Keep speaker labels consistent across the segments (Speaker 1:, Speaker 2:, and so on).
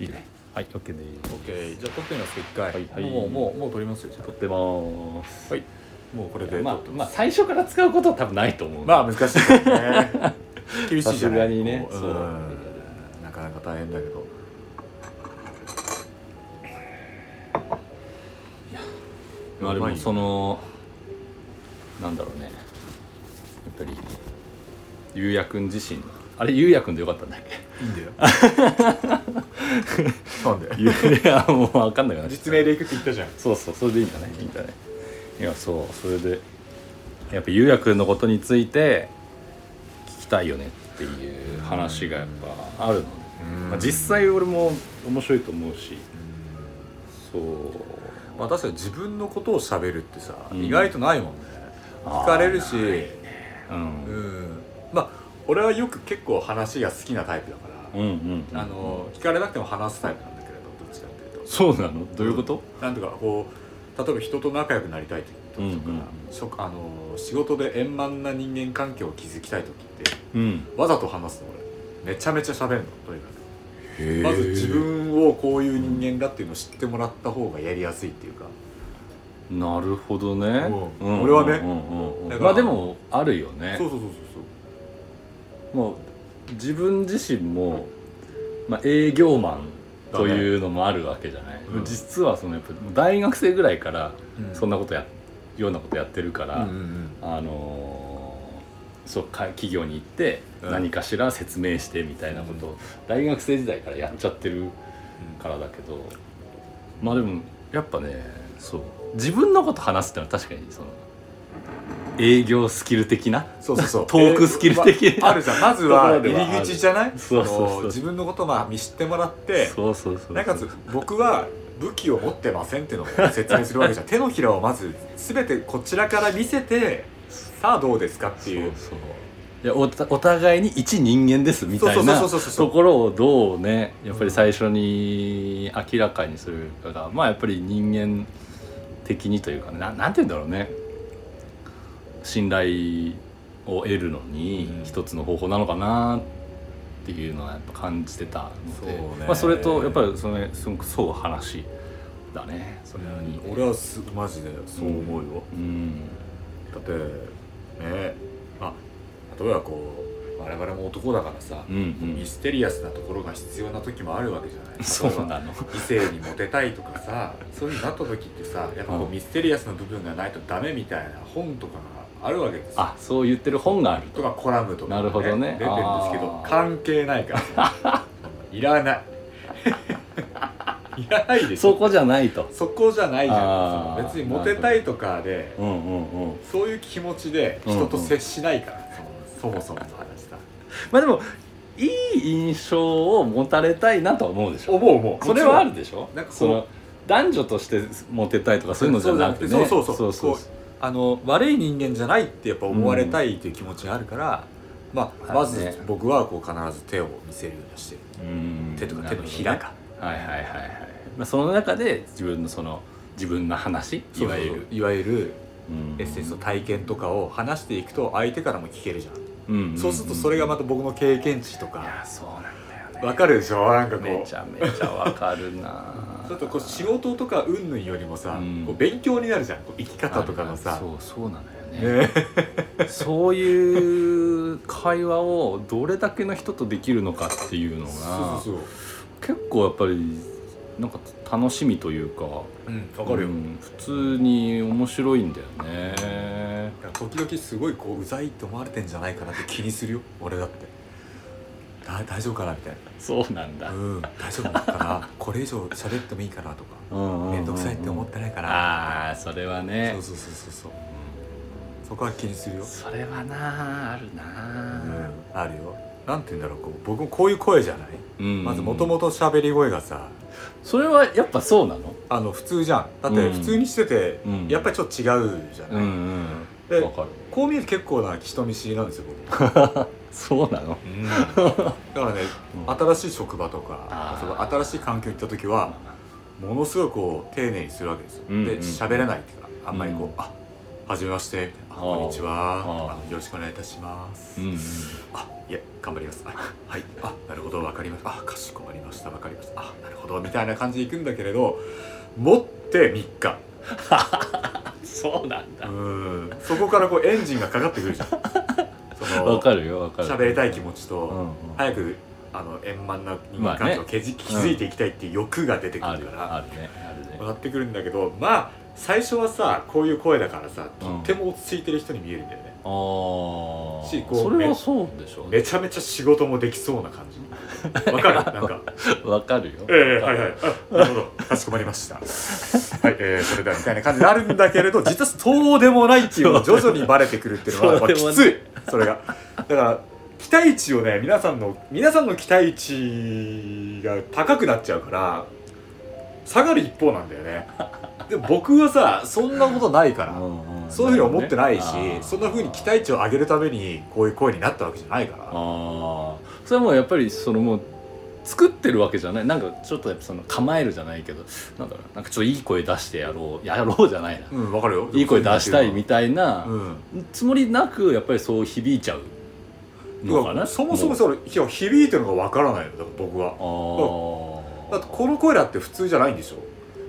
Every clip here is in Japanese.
Speaker 1: いいねはい OK でーす
Speaker 2: OK じゃあ撮ってみますか一回、
Speaker 1: はいはい
Speaker 2: もうもうもう撮りますよじゃ
Speaker 1: 撮ってまー
Speaker 2: あはいもうこれで
Speaker 1: ま
Speaker 2: 撮
Speaker 1: あ
Speaker 2: って
Speaker 1: ま
Speaker 2: ま
Speaker 1: あ
Speaker 2: す、
Speaker 1: 最初から使うことは多分ないと思う
Speaker 2: まあ、難しいですね 厳しいじ
Speaker 1: さ
Speaker 2: ゃない
Speaker 1: すがにね
Speaker 2: こう
Speaker 1: そうだね
Speaker 2: んなかなか大変だけど
Speaker 1: まあで
Speaker 2: うま
Speaker 1: も
Speaker 2: い
Speaker 1: そのなんだろうねやっぱりゆうやくん自身のあれゆうやくんでよかったんだっけ
Speaker 2: いいん だよなんで
Speaker 1: ゆうや もう分かんなくなっちゃった
Speaker 2: 実名でいくって言ったじゃん
Speaker 1: そうそうそれでいいんだねいいんだねいやそうそれでやっぱゆうやくんのことについて聞きたいよねっていう話がやっぱあるのね、
Speaker 2: うん
Speaker 1: まあ、実際俺も面白いと思うしそう
Speaker 2: まあ確かに自分のことを喋るってさ、
Speaker 1: うん
Speaker 2: 意外とないもんね聞かれるし、
Speaker 1: うん
Speaker 2: うんまあ俺はよく結構話が好きなタイプだから、
Speaker 1: うんうんうん
Speaker 2: あの聞かれなくても話すタイプなんだけれどどっちかっていうと
Speaker 1: そうなのどういうこと、
Speaker 2: なんとかこう例えば人と仲良くなりたい時とか、
Speaker 1: うんうん
Speaker 2: 職あの仕事で円満な人間関係を築きたい時って
Speaker 1: うん、
Speaker 2: わざと話すの俺めちゃめちゃ喋るのとにかくま
Speaker 1: ま
Speaker 2: ず自分をこういう人間だっていうのを知ってもらった方がやりやすいっていうか
Speaker 1: なるほどね、
Speaker 2: うん俺はね
Speaker 1: うんうん
Speaker 2: だから
Speaker 1: まあでもあるよね
Speaker 2: そうそうそう
Speaker 1: もう自分自身も、まあ、営業マンというのもあるわけじゃない、
Speaker 2: うん
Speaker 1: 実はそのやっぱ大学生ぐらいから
Speaker 2: そうそう
Speaker 1: そん
Speaker 2: な
Speaker 1: なことや、ようなことやってるから、
Speaker 2: うんうん
Speaker 1: あのーそうか企業に行って
Speaker 2: うん
Speaker 1: 何かしら説明してみたいなことを大学生時代からやっちゃってるからだけどまあでもやっぱねそう自分のこと話すってのは確かにその営業スキル的な
Speaker 2: そうそうそう
Speaker 1: トークスキル的な
Speaker 2: えまあるじゃんまずは
Speaker 1: ところ
Speaker 2: 入
Speaker 1: ではある
Speaker 2: り口じゃない
Speaker 1: そうそうそう
Speaker 2: あの自分のことをまあ見知ってもらって
Speaker 1: そうそうそうそう
Speaker 2: なおかつ僕は武器を持ってませんっていうのを説明するわけ じゃん手のひらをまず全てこちらから見せてさあどうですかっていう
Speaker 1: そうそういやおたお互いに一人間ですみたいな
Speaker 2: そうそうそうそうそう
Speaker 1: ところをどうねやっぱり最初に明らかにするかがまあやっぱり人間的にというかななんて言うんだろうね信頼を得るの
Speaker 2: う
Speaker 1: に
Speaker 2: ん
Speaker 1: 一つの方法なのかなっていうのはやっぱ感じてたので
Speaker 2: そうね
Speaker 1: まあ、それとやっぱりそれすごく沿う話だねそれに。
Speaker 2: 俺はすマジでそう思うよ、
Speaker 1: うん
Speaker 2: だってねまあ例えばこう我々も男だからさ、
Speaker 1: うんうん
Speaker 2: ミステリアスなところが必要な時もあるわけじゃない
Speaker 1: そうなの
Speaker 2: 異性にモテたいとかさそういうのになった時ってさやっぱこ
Speaker 1: う
Speaker 2: うんミステリアスな部分がないとダメみたいな本とかがあるわけですよ
Speaker 1: あそう言ってる本があると
Speaker 2: とかコラムとか、
Speaker 1: なるほどね
Speaker 2: 出てるんですけど
Speaker 1: あー
Speaker 2: 関係ないからい らないいらないでし
Speaker 1: そ
Speaker 2: ょ
Speaker 1: こじゃないと。
Speaker 2: そこじゃないじゃ
Speaker 1: あ
Speaker 2: ん
Speaker 1: ー
Speaker 2: 別にモテたいとかで
Speaker 1: うんうんうん。
Speaker 2: そういう気持ちで人と接しないから、そのそもそもの話さ
Speaker 1: まあでもいい印象を持たれたいなとは思うでしょ。
Speaker 2: 思う思う
Speaker 1: それはあ
Speaker 2: もちろん
Speaker 1: るでしょ
Speaker 2: なんか。こう
Speaker 1: その男女としてモテたいとかそういうのじゃなくてね。
Speaker 2: そうそうそう
Speaker 1: そうそう
Speaker 2: こうあの悪い人間じゃないってやっぱ思われたいっていう気持ちがあるから、まあ、ま
Speaker 1: まあね
Speaker 2: ず僕はこう必ず手を見せるようにしてる
Speaker 1: うん
Speaker 2: 手とか手のひら
Speaker 1: なる
Speaker 2: か、
Speaker 1: ほどねはいはいはいはい。まあその中で自分のその自分の話い
Speaker 2: いわ
Speaker 1: わ
Speaker 2: ゆ
Speaker 1: ゆ
Speaker 2: る
Speaker 1: る
Speaker 2: いわゆる
Speaker 1: うん
Speaker 2: エッセンスの体験とかを話していくと相手からも聞けるじゃん、
Speaker 1: うんうんうん
Speaker 2: そうするとそれがまた僕の経験値と
Speaker 1: い
Speaker 2: か
Speaker 1: やそうなんだよね。
Speaker 2: わかるでしょなんかこ
Speaker 1: め
Speaker 2: う
Speaker 1: ちゃめちゃわかるな
Speaker 2: 。ちょっとこう仕事とか云々よりもさ、
Speaker 1: うん
Speaker 2: こう勉強になるじゃんこう生き方とかのさ
Speaker 1: そうそうなのよね。
Speaker 2: ね
Speaker 1: そういう会話をどれだけの人とできるのかっていうのが
Speaker 2: そうそう
Speaker 1: 結構やっぱりなんか楽しみというか
Speaker 2: そううんわかるよ、
Speaker 1: うん普通に面白いんだよね
Speaker 2: いや時々すごいこううざいって思われてんじゃないかなって気にするよ俺だってだ大丈夫かなみたい
Speaker 1: そうなんだ
Speaker 2: なうん大丈夫かなこれ以上喋ってもいいかなとか面
Speaker 1: 面
Speaker 2: 倒くさいって思ってないかな
Speaker 1: ああーそれはね
Speaker 2: そうそうそうそうそうそこは気にするよ、
Speaker 1: それはなある
Speaker 2: う、
Speaker 1: なん
Speaker 2: あるよなんて言うんだろうこう僕もこういう声じゃない、まずもとも
Speaker 1: と
Speaker 2: と喋り声がさ
Speaker 1: それはやっぱそうなの
Speaker 2: あの普通じゃんだって
Speaker 1: うん
Speaker 2: 普通にしてて、
Speaker 1: うん
Speaker 2: やっぱりちょっと違うじゃない、
Speaker 1: ん
Speaker 2: で
Speaker 1: わかる
Speaker 2: こう見えて結構な人見知りなんですよ僕
Speaker 1: そう なの
Speaker 2: だからね、
Speaker 1: うん
Speaker 2: 新しい職場とか
Speaker 1: あー
Speaker 2: その新しい環境に行った時はものすごいこう丁寧にするわけですよ、
Speaker 1: うんうん
Speaker 2: で喋れないっていうかあんまりこう、
Speaker 1: うん
Speaker 2: あはじめましてあ
Speaker 1: あー
Speaker 2: こんにちは
Speaker 1: あー
Speaker 2: あのよろしくお願いいたします
Speaker 1: うんうん
Speaker 2: あいや頑張りますあはいあなるほどわかりましたあかしこまりましたわかりましたあなるほどみたいな感じでいくんだけれど持って3日
Speaker 1: そうなん
Speaker 2: う
Speaker 1: だ
Speaker 2: んそこからこうエンジンがかかってく るじゃんそ
Speaker 1: わ
Speaker 2: の
Speaker 1: かるよわかる
Speaker 2: 喋りたい気持ち
Speaker 1: う
Speaker 2: と
Speaker 1: んうん
Speaker 2: 早くあの円満な人
Speaker 1: ま
Speaker 2: 間
Speaker 1: あね
Speaker 2: 関係を築き築いていきたいっていう欲が出てくるか
Speaker 1: あ
Speaker 2: ら、
Speaker 1: るよあるねあるね
Speaker 2: なってくるんだけどまあ最初はさこういう声だからさと
Speaker 1: うん
Speaker 2: っても落ち着いてる人に見えるんだよね、
Speaker 1: あー
Speaker 2: しこう
Speaker 1: それはそうでしょう
Speaker 2: め
Speaker 1: ね
Speaker 2: ちゃめちゃ仕事もできそうな感 じわかるなんか
Speaker 1: わかるよ
Speaker 2: ええはいはいあなるほどかしこまりましたはいえー、それではみたいな感じになるんだけれど実はそうでもないっていうのが徐々にバレてくるっていうのはやっぱき
Speaker 1: そう
Speaker 2: つ
Speaker 1: で
Speaker 2: いそれがだから期待値をね皆さんの皆さんの期待値が高くなっちゃうから下がる一方なんだよねでも僕はさそんなことないから、
Speaker 1: んん
Speaker 2: そういうふうに思ってないし、
Speaker 1: なるほどね
Speaker 2: そんなふうに期待値を上げるためにこういう声になったわけじゃないから
Speaker 1: ああそれはもうやっぱりそのもう作ってるわけじゃないなんかちょっとやっぱその構えるじゃないけどなんだろうなんかちょっといい声出してやろうやろうじゃない な、
Speaker 2: うんわかるよ
Speaker 1: いい声出したいみたい
Speaker 2: た
Speaker 1: な
Speaker 2: うん
Speaker 1: つもりなくやっぱりそう響いちゃうのか
Speaker 2: だから
Speaker 1: な
Speaker 2: そもそも
Speaker 1: う
Speaker 2: それいや響いてるのがわからないのだから僕は
Speaker 1: あ
Speaker 2: だってこの声だって普通じゃないんでし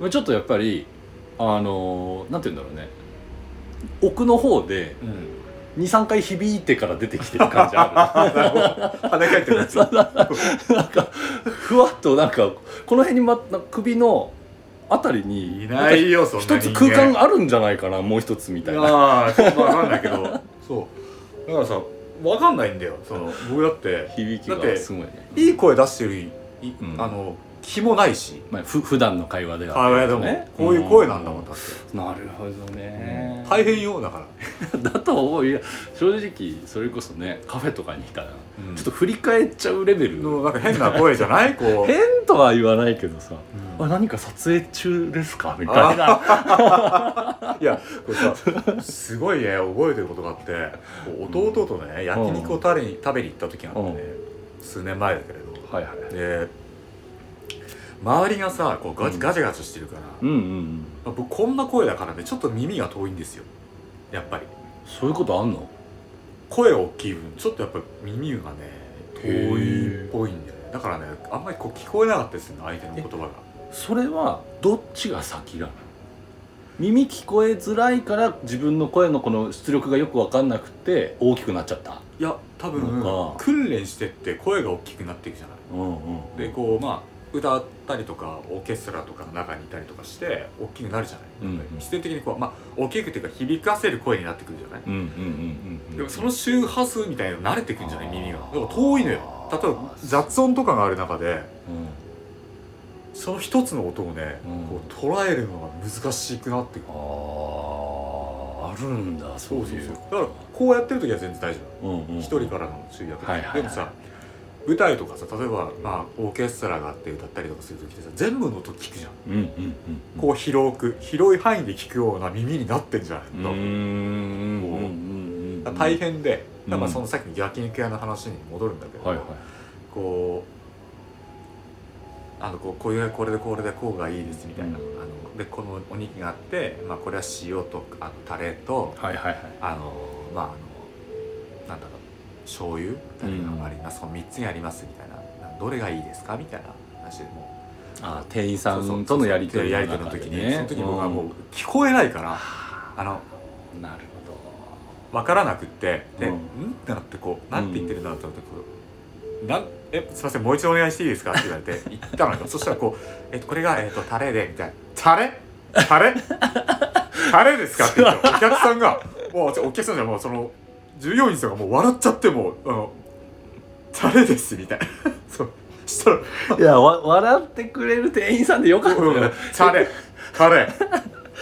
Speaker 2: ょ
Speaker 1: あちょっとやっぱりあのーなんて言うんだろうね奥の方で
Speaker 2: うん
Speaker 1: 23回響いてから出てきてる感じあ
Speaker 2: あなるほど跳ね返ってるやつうん
Speaker 1: るなんか ふわっとなんかこの辺に、ま、なんか首のあたりに
Speaker 2: いな いよそんな
Speaker 1: 一
Speaker 2: 人
Speaker 1: つ
Speaker 2: 間
Speaker 1: 空間あるんじゃないかなもう一つみたいな
Speaker 2: ああちょっとわかんないけど そうだからさわかんないんだよその僕だって
Speaker 1: 響き
Speaker 2: だって
Speaker 1: がすごいね
Speaker 2: いい声出してるい
Speaker 1: うん
Speaker 2: あの気もないし
Speaker 1: まあ、ふ普段の会話では
Speaker 2: あれでもこういう声なんだもんだって
Speaker 1: なるほどね、
Speaker 2: 大変よだから
Speaker 1: だと思ういや正直それこそねカフェとかにいたら、
Speaker 2: うん
Speaker 1: ちょっと振り返っちゃうレベル、
Speaker 2: のなんか変な声じゃないこう、
Speaker 1: 変とは言わないけどさ、
Speaker 2: う
Speaker 1: あ何か撮影中ですかみたいな
Speaker 2: んいやこれさすごいね覚えてることがあってこう弟とね焼肉を食べに食べに行った時なんだよね数年前だけれど
Speaker 1: はいはい
Speaker 2: で周りがさこうガチ
Speaker 1: うん
Speaker 2: ガチャガチャしてるから、
Speaker 1: うんうんうん
Speaker 2: まあ僕こんな声だからねちょっと耳が遠いんですよやっぱり
Speaker 1: そういうことあんの
Speaker 2: 声大きい分ちょっとやっぱり耳がね遠いっぽいんだよねだからねあんまりこう聞こえなかったですね相手の言葉が
Speaker 1: それはどっちが先なの耳聞こえづらいから自分の声のこの出力がよく分かんなくて大きくなっちゃった
Speaker 2: いや多
Speaker 1: なんか
Speaker 2: 分訓練してって声が大きくなっていくじゃない
Speaker 1: うんうん
Speaker 2: でこうまあ歌ったりとかオーケストラとかの中にいたりとかして大きくなるじゃない、
Speaker 1: うんうん
Speaker 2: 自然的にこう、まあ、大きくっていうか響かせる声になってくるじゃない、
Speaker 1: うんうんうんうん
Speaker 2: でもその周波数みたいなの慣れてくんじゃない耳がだ
Speaker 1: あー
Speaker 2: から遠いのよ例えば雑音とかがある中で
Speaker 1: う
Speaker 2: その一つの音をね、
Speaker 1: うん
Speaker 2: こう捉えるのが難しくなってく
Speaker 1: ん
Speaker 2: る
Speaker 1: あーあるんだそういう
Speaker 2: だからこうやってる時は全然大丈夫
Speaker 1: うんうん
Speaker 2: 一人からの注意だとか、
Speaker 1: はいはいはい
Speaker 2: でもさ舞台とかさ例えば、まあ、オーケストラがあって歌ったりとかする時ってさ全部の音聞くじゃん、
Speaker 1: うんうんうん
Speaker 2: こう広く広い範囲で聞くような耳になってんじゃない
Speaker 1: うん
Speaker 2: の、
Speaker 1: うんうんうんうん
Speaker 2: だから大変で、
Speaker 1: うん
Speaker 2: だからまあそのさっきの焼肉屋の話に戻るんだけど、
Speaker 1: はいはい
Speaker 2: こうあのこうこういうこれでこれでこうがいいですみたいな、
Speaker 1: うん
Speaker 2: あのでこのお肉があって、まあ、これは塩とあのタレと
Speaker 1: はいはいはい
Speaker 2: あのまああのなんだろう醤油タレがあります、この3つにありますみたいななどれがいいですかみたいな話でも
Speaker 1: あー店員さんとのやり取り
Speaker 2: やり取りの時に、その時僕はも
Speaker 1: う
Speaker 2: う聞こえないから
Speaker 1: あ
Speaker 2: あの
Speaker 1: なるほ
Speaker 2: 分からなくってで、
Speaker 1: うん
Speaker 2: ん、ってなってこうなんて言ってるんだろうと思ってこうなんえすいませんもう一度お願いしていいですか?」って言われて行ったのよそしたらこう「えっとこれが、えっと、タレで」みたいな「タレタレタレですか?」って言ったらお客さんがもうお客さんじゃないもうその従業員さんがもう笑っちゃってもうあの「タレです」みたいな そうしたら
Speaker 1: どいやわ笑ってくれる店員さんでよかったよ
Speaker 2: 「タレタレ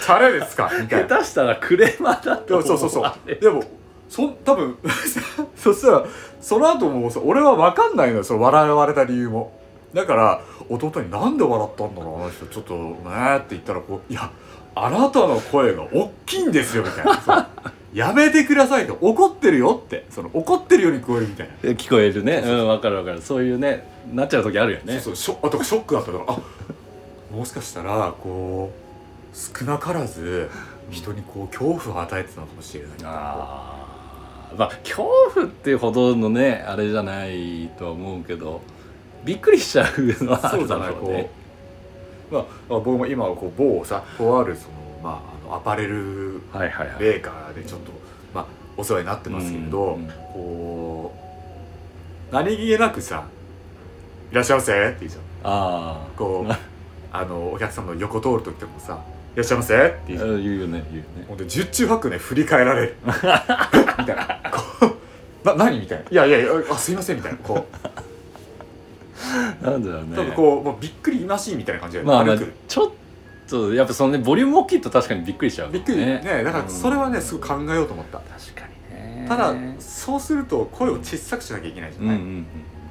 Speaker 2: タレですか?」みたいな。
Speaker 1: 下手したらクレーマーだ
Speaker 2: で
Speaker 1: と
Speaker 2: も
Speaker 1: 思
Speaker 2: そうそうそう
Speaker 1: あれ
Speaker 2: でもそ多分 そしたらその後もうさ俺は分かんないのよその笑われた理由もだから弟に「なんで笑ったんだろうあの人ちょっとね」って言ったらこう「いやあなたの声が大きいんですよ」みたいなそう「やめてください」と「怒ってるよ」ってその怒ってるように聞こえるみたいな、
Speaker 1: え聞こえるねうんわかるわかるそういうねなっちゃう時あるよね
Speaker 2: そうそうショあとショックだったからあもしかしたらこう少なからず人にこう恐怖を与えてたのかもしれない
Speaker 1: あーまあ恐怖っていうほどのねあれじゃないとは思うけどびっくりしちゃうのはあ
Speaker 2: そう
Speaker 1: る
Speaker 2: じ
Speaker 1: だ
Speaker 2: ゃない
Speaker 1: ろう
Speaker 2: こう、
Speaker 1: ね
Speaker 2: まあ、僕も今はこう某さとあるその,、まあ、あのアパレル
Speaker 1: はいはいはい
Speaker 2: メーカーでちょっと、まあ、お世話になってますけれど、
Speaker 1: うんうん
Speaker 2: こう何気なくさ「いらっしゃいませ」って言うじゃん
Speaker 1: ああ
Speaker 2: こうあのお客様の横通る時とかもさ「いらっしゃいませ」って言うじゃん
Speaker 1: 言うよね言うよね
Speaker 2: ほんで十中八九ね振り返られる みたいなこうな何みたいな「いやいやいやあすいません」みたいな こう
Speaker 1: なんだろうね
Speaker 2: 多分こうもうびっくりいましいみたいな感じで
Speaker 1: まあ、まあ
Speaker 2: 軽く、
Speaker 1: ちょっとやっぱそのねボリューム大きいと確かにびっくりしちゃうもん
Speaker 2: びっくりねだからそれはねすごい考えようと思った
Speaker 1: 確かにね
Speaker 2: ただ
Speaker 1: うん
Speaker 2: そうすると声を小さくしなきゃいけないじゃ
Speaker 1: うんう
Speaker 2: ない、
Speaker 1: ん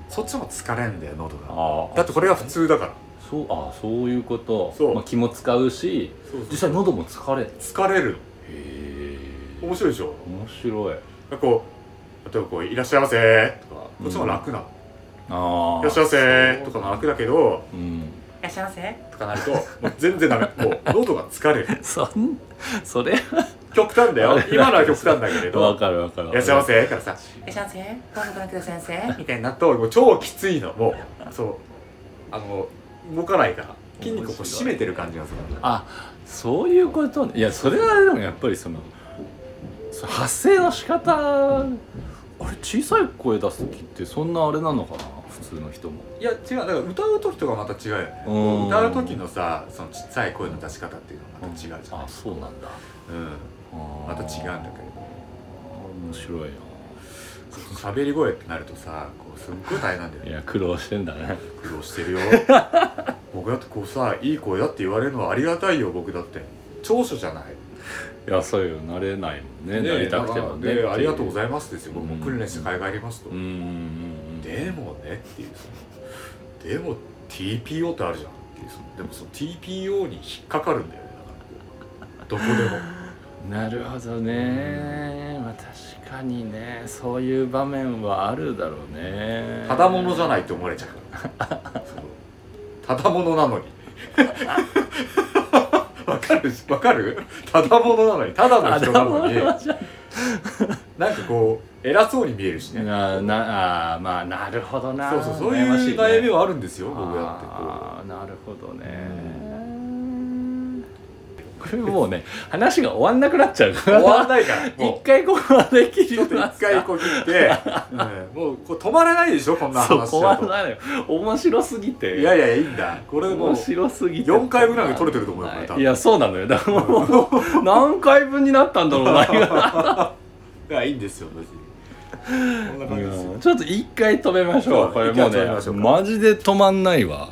Speaker 2: そっちも疲れんだよ喉が
Speaker 1: ああ
Speaker 2: だってこれが普通だから
Speaker 1: そうあーそういうこと
Speaker 2: そう
Speaker 1: まあ、気も使うし実際喉も疲れへ
Speaker 2: 疲れる
Speaker 1: え
Speaker 2: の面白いでしょ
Speaker 1: 面白い
Speaker 2: こう例えばこう「いらっしゃいませ」とかこ
Speaker 1: うん
Speaker 2: っちも楽な
Speaker 1: ああ
Speaker 2: の「いらっしゃいませ」とかも楽だけど
Speaker 1: うん
Speaker 2: 「いらっしゃいませ」とかなる ともう全然ダメもう喉が疲れ る
Speaker 1: そんそれ
Speaker 2: 極端だよ
Speaker 1: あれ
Speaker 2: 今のは極端だけれ
Speaker 1: わ
Speaker 2: ど
Speaker 1: かるわかる
Speaker 2: 「いらっしゃいま
Speaker 1: わかる
Speaker 2: せ」からさ「いらっしゃいませどうぞご覧くださいませ」みたいになるともう超きついのもうそうあの動かないから筋肉をこう締めてる感じがする
Speaker 1: あそういうことねいやそれはでもやっぱりそのその発声の仕方あれ小さい声出す時ってそんなあれなのかな普通の人も
Speaker 2: いや違うだから歌う時とかまた違うよね
Speaker 1: うん
Speaker 2: 歌う時のさそのちっちゃい声の出し方っていうのはまた違うじゃん、
Speaker 1: あそうなんだ
Speaker 2: うん、また違うんだけれど
Speaker 1: 面白い
Speaker 2: 喋り声ってなるとさこうすっごい大変なんだよ
Speaker 1: ない
Speaker 2: ね
Speaker 1: や苦労してんだね
Speaker 2: 苦労してるよ僕だってこうさいい声だって言われるのはありがたいよ僕だって長所じゃない
Speaker 1: いやそうよ慣れないもんね
Speaker 2: ね
Speaker 1: なりたくてもね
Speaker 2: でありがとうござ
Speaker 1: い
Speaker 2: いますですよ僕も
Speaker 1: うん
Speaker 2: 訓練して海外りますと、
Speaker 1: うんうんうんうん
Speaker 2: でもねっていうそのでも TPO ってあるじゃんっていうそのでもその TPO に引っかかるんだよねだからこうどこでも。
Speaker 1: なるほどねまあ確かにねそういう場面はあるだろうね
Speaker 2: ただものじゃないって思われちゃう からそうただものなのに わかるわかるただものなのにただの人なのになんかこう偉そうに見えるしね
Speaker 1: ななあーまあなるほどな
Speaker 2: そうそうそういう悩みはあるんですよ、僕だってこ
Speaker 1: ああーなるほどねこれもうね話が終わんなくなっちゃう
Speaker 2: う
Speaker 1: か
Speaker 2: 終わん
Speaker 1: ら
Speaker 2: ないから
Speaker 1: 一
Speaker 2: もう
Speaker 1: 回ここまで切
Speaker 2: ちょ
Speaker 1: り
Speaker 2: っと
Speaker 1: ま
Speaker 2: 一
Speaker 1: す
Speaker 2: 回こう切って、うんもうこう止まらないでしょこんな
Speaker 1: そう
Speaker 2: 話し
Speaker 1: 止
Speaker 2: ちゃ
Speaker 1: ま
Speaker 2: うと
Speaker 1: らないのよ面白すぎて
Speaker 2: いやいやいいんだこれもう
Speaker 1: 面白すぎて
Speaker 2: 4回ぐらい取れてると思うよこれ多分
Speaker 1: いやそうなのよだからも う何回分になったんだろうな今
Speaker 2: いやいいんですよ別にこんな感じですよ
Speaker 1: ちょっと一回止めましょ
Speaker 2: そう
Speaker 1: うこれもう
Speaker 2: 一回
Speaker 1: ね
Speaker 2: 止めましょうか
Speaker 1: マジで止まんないわ